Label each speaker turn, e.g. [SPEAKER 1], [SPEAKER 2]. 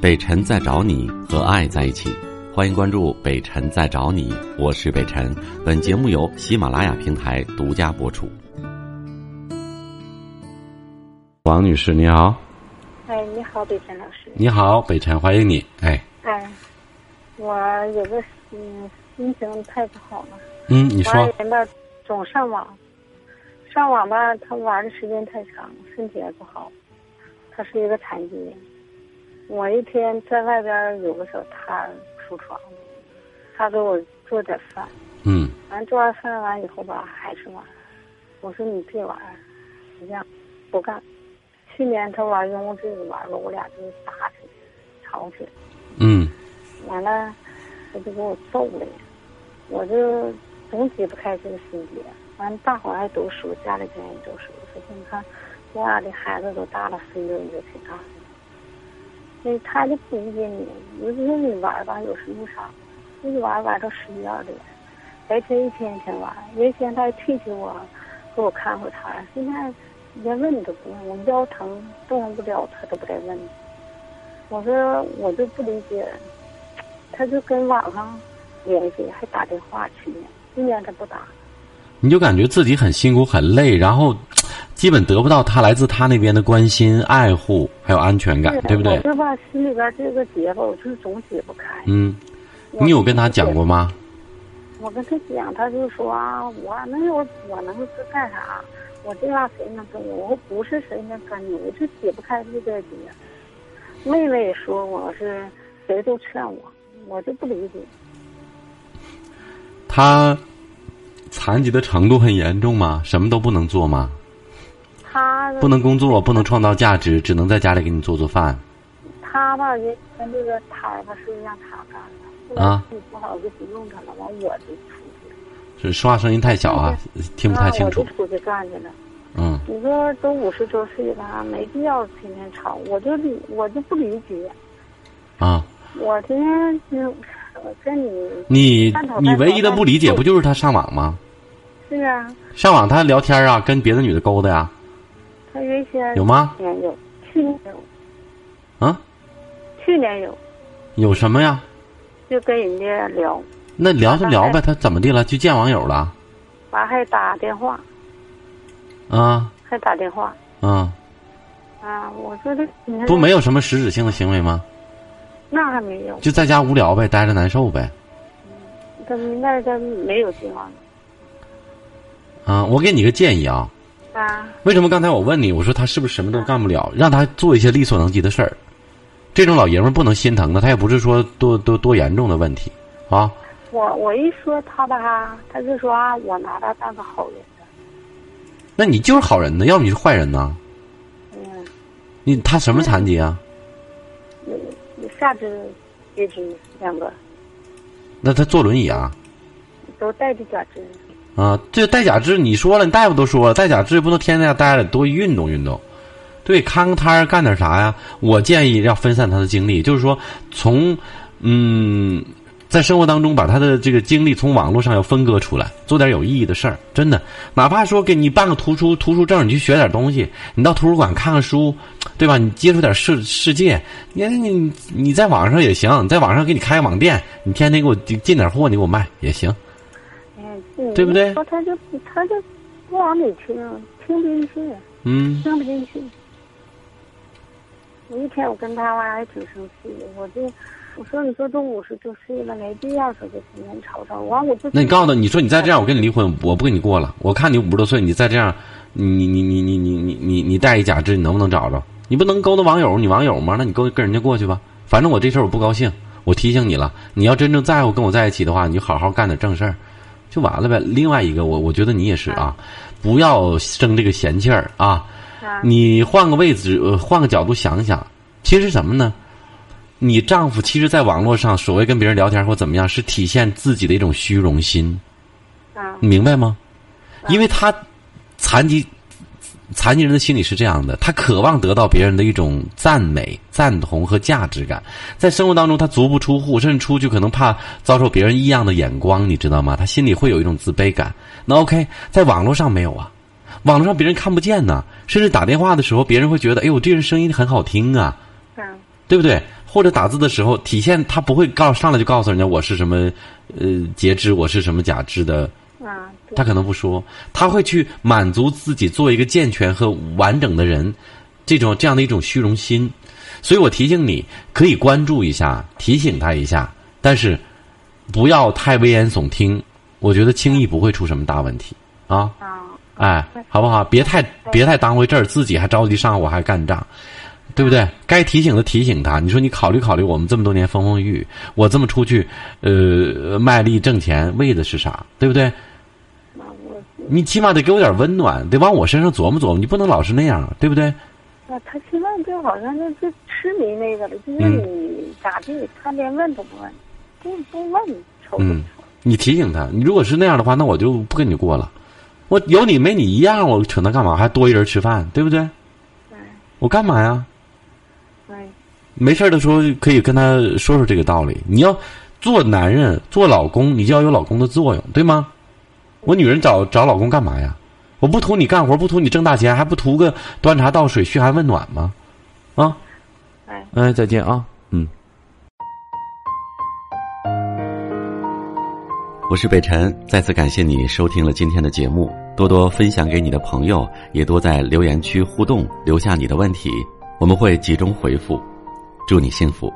[SPEAKER 1] 北辰在找你和爱在一起。欢迎关注北辰在找你，我是北辰。本节目由喜马拉雅平台独家播出。王女士，你好，
[SPEAKER 2] 哎，你好，北辰老师。
[SPEAKER 1] 你好，北辰，欢迎你。哎，
[SPEAKER 2] 哎，我有个嗯，心情太不好了。
[SPEAKER 1] 嗯，你
[SPEAKER 2] 我爱
[SPEAKER 1] 说，
[SPEAKER 2] 人吧，总上网，上网吧他玩的时间太长，身体也不好。他是一个残疾人。我一天在外边有个小摊儿梳妆，他给我做点饭，
[SPEAKER 1] 嗯
[SPEAKER 2] 完做完饭完以后吧，还是玩。我说你别玩，不让，不干。去年他玩人工智能玩了，我俩就打起来，吵起来。
[SPEAKER 1] 嗯
[SPEAKER 2] 完了，他就给我揍了，我就总解不开这个心结。完，大伙儿还都说，家里边也都说，说你看，我俩的孩子都大了，孙子你就挺大了。那他就不理解你，我就说你玩儿吧，有什么啥？一玩儿玩儿到十一二点，白天一天一天玩儿，原先他还退休我，给我看护他，现在连问都不问，我腰疼动弹不了，他都不带问。我说我就不理解，他就跟网上联系，还打电话去年，今年他不打。
[SPEAKER 1] 你就感觉自己很辛苦、很累，然后基本得不到他来自他那边的关心、爱护，还有安全感，对不
[SPEAKER 2] 我
[SPEAKER 1] 对？
[SPEAKER 2] 这吧，心里边这个结吧，我就是总解不开。
[SPEAKER 1] 嗯，你有跟他讲过吗？
[SPEAKER 2] 我跟他讲，他就说啊，我能有我能是干啥？我这样谁能跟我？我不是谁能跟你，我就解不开这个结。妹妹也说我是，谁都劝我，我就不理解。
[SPEAKER 1] 他残疾的程度很严重吗？什么都不能做吗？
[SPEAKER 2] 他
[SPEAKER 1] 不能工作，不能创造价值，只能在家里给你做做饭。
[SPEAKER 2] 他吧，人跟这个摊儿吧是让他干的，后来
[SPEAKER 1] 啊
[SPEAKER 2] 自己不好就不用他了，完我就出去了，
[SPEAKER 1] 是说话声音太小啊，听不太清楚
[SPEAKER 2] 啊、我。就出去干去了。
[SPEAKER 1] 嗯
[SPEAKER 2] 你说都五十多岁了，没必要天天吵，我就理我就不理解，
[SPEAKER 1] 啊，
[SPEAKER 2] 我天天就我跟你
[SPEAKER 1] 你
[SPEAKER 2] 但我
[SPEAKER 1] 你
[SPEAKER 2] 在
[SPEAKER 1] 唯一的
[SPEAKER 2] 国内
[SPEAKER 1] 不理解
[SPEAKER 2] 就
[SPEAKER 1] 不就是他上网吗？
[SPEAKER 2] 是啊，
[SPEAKER 1] 上网他聊天啊，跟别的女的勾搭呀、
[SPEAKER 2] 他原先
[SPEAKER 1] 有吗？
[SPEAKER 2] 去年有，去年有，
[SPEAKER 1] 啊，
[SPEAKER 2] 去年有，
[SPEAKER 1] 有什么呀？
[SPEAKER 2] 就跟人家聊，
[SPEAKER 1] 那聊就聊呗，他怎么的了？去见网友了？
[SPEAKER 2] 完还打电话，
[SPEAKER 1] 啊
[SPEAKER 2] 还打电话
[SPEAKER 1] 啊，
[SPEAKER 2] 啊！我说这你看
[SPEAKER 1] 不没有什么实质性的行为吗？
[SPEAKER 2] 那还没有，
[SPEAKER 1] 就在家无聊呗，待着难受呗。
[SPEAKER 2] 他那他没有地方
[SPEAKER 1] 啊，我给你个建议啊，
[SPEAKER 2] 啊。
[SPEAKER 1] 为什么刚才我问你，我说他是不是什么都干不了，让他做一些力所能及的事儿？这种老爷们儿不能心疼的，他也不是说多多多严重的问题啊。
[SPEAKER 2] 我我一说他吧，他就说啊，我拿他当个好人的，
[SPEAKER 1] 那你就是好人呢，要么你是坏人呢？
[SPEAKER 2] 嗯，
[SPEAKER 1] 你他什么残疾啊？
[SPEAKER 2] 你你下肢、截肢两个
[SPEAKER 1] 那他坐轮椅啊？
[SPEAKER 2] 都带着假肢，
[SPEAKER 1] 啊，这戴假肢你说了，你大夫都说了，戴假肢不能天天在家待着，多运动运动，对，看个摊儿干点啥呀？我建议要分散他的精力，就是说从嗯，在生活当中把他的这个精力从网络上要分割出来，做点有意义的事儿。真的，哪怕说给你办个图书图书证，你去学点东西，你到图书馆看看书，对吧？你接触点世世界，你你你在网上也行，你在网上给你开个网店，你天天给我进点货，你给我卖也行。
[SPEAKER 2] 嗯，你
[SPEAKER 1] 对不对
[SPEAKER 2] 说他就他就不往里听，听不进去，
[SPEAKER 1] 嗯。
[SPEAKER 2] 听不进去。有一天我跟他玩还挺生气的，我就我说你说都五十多岁了，没必要说就天天吵吵。完我就
[SPEAKER 1] 那你告诉他，你说你再这样，我跟你离婚，我不跟你过了。我看你五十多岁，你再这样，你你你你你你你你你带一假肢，你能不能找着？你不能勾搭网友，你网友吗？那你勾跟人家过去吧。反正我这事儿我不高兴，我提醒你了。你要真正在乎跟我在一起的话，你就好好干点正事儿，就完了呗。另外一个，我我觉得你也是啊，不要生这个闲气儿啊。
[SPEAKER 2] 啊
[SPEAKER 1] 你换个位置，呃换个角度想想，其实什么呢？你丈夫其实，在网络上所谓跟别人聊天或怎么样，是体现自己的一种虚荣心，
[SPEAKER 2] 啊
[SPEAKER 1] 你明白吗？因为他残疾，残疾人的心理是这样的，他渴望得到别人的一种赞美、赞同和价值感。在生活当中，他足不出户，甚至出去可能怕遭受别人异样的眼光，你知道吗？他心里会有一种自卑感。那 OK，在网络上没有啊，网络上别人看不见呢，甚至打电话的时候，别人会觉得，哎呦，这人声音很好听啊，
[SPEAKER 2] 啊
[SPEAKER 1] 对不对？或者打字的时候体现他不会告上来就告诉人家我是什么呃截肢，我是什么假肢的，
[SPEAKER 2] 啊，对
[SPEAKER 1] 他可能不说，他会去满足自己做一个健全和完整的人，这种这样的一种虚荣心。所以我提醒你，可以关注一下，提醒他一下，但是不要太危言耸听。我觉得轻易不会出什么大问题啊，
[SPEAKER 2] 啊，
[SPEAKER 1] 哎，好不好？别太别太当回事儿，自己还着急上火，还干仗，对不对？该提醒的提醒他。你说你考虑考虑，我们这么多年风风雨雨，我这么出去，呃，卖力挣钱，为的是啥？对不对？
[SPEAKER 2] 那我
[SPEAKER 1] 你起码得给我点温暖，得往我身上琢磨琢磨，你不能老是那样，对不对？
[SPEAKER 2] 那啊他现在就好像就就痴迷那个了，就是你咋地，他连问都不问，不不问，瞅不
[SPEAKER 1] 嗯
[SPEAKER 2] 瞅，
[SPEAKER 1] 你提醒他，你如果是那样的话，那我就不跟你过了。我有你没你一样，我扯那干嘛？还多一人吃饭，对不对？
[SPEAKER 2] 哎
[SPEAKER 1] 我干嘛呀？
[SPEAKER 2] 哎，
[SPEAKER 1] 没事儿的时候可以跟他说说这个道理。你要做男人、做老公，你就要有老公的作用，对吗？我女人找找老公干嘛呀？我不图你干活，不图你挣大钱，还不图个端茶倒水、嘘寒问暖吗？啊，
[SPEAKER 2] 哎，
[SPEAKER 1] 哎，再见啊，嗯。
[SPEAKER 3] 我是北辰，再次感谢你收听了今天的节目，多多分享给你的朋友，也多在留言区互动，留下你的问题，我们会集中回复。祝你幸福。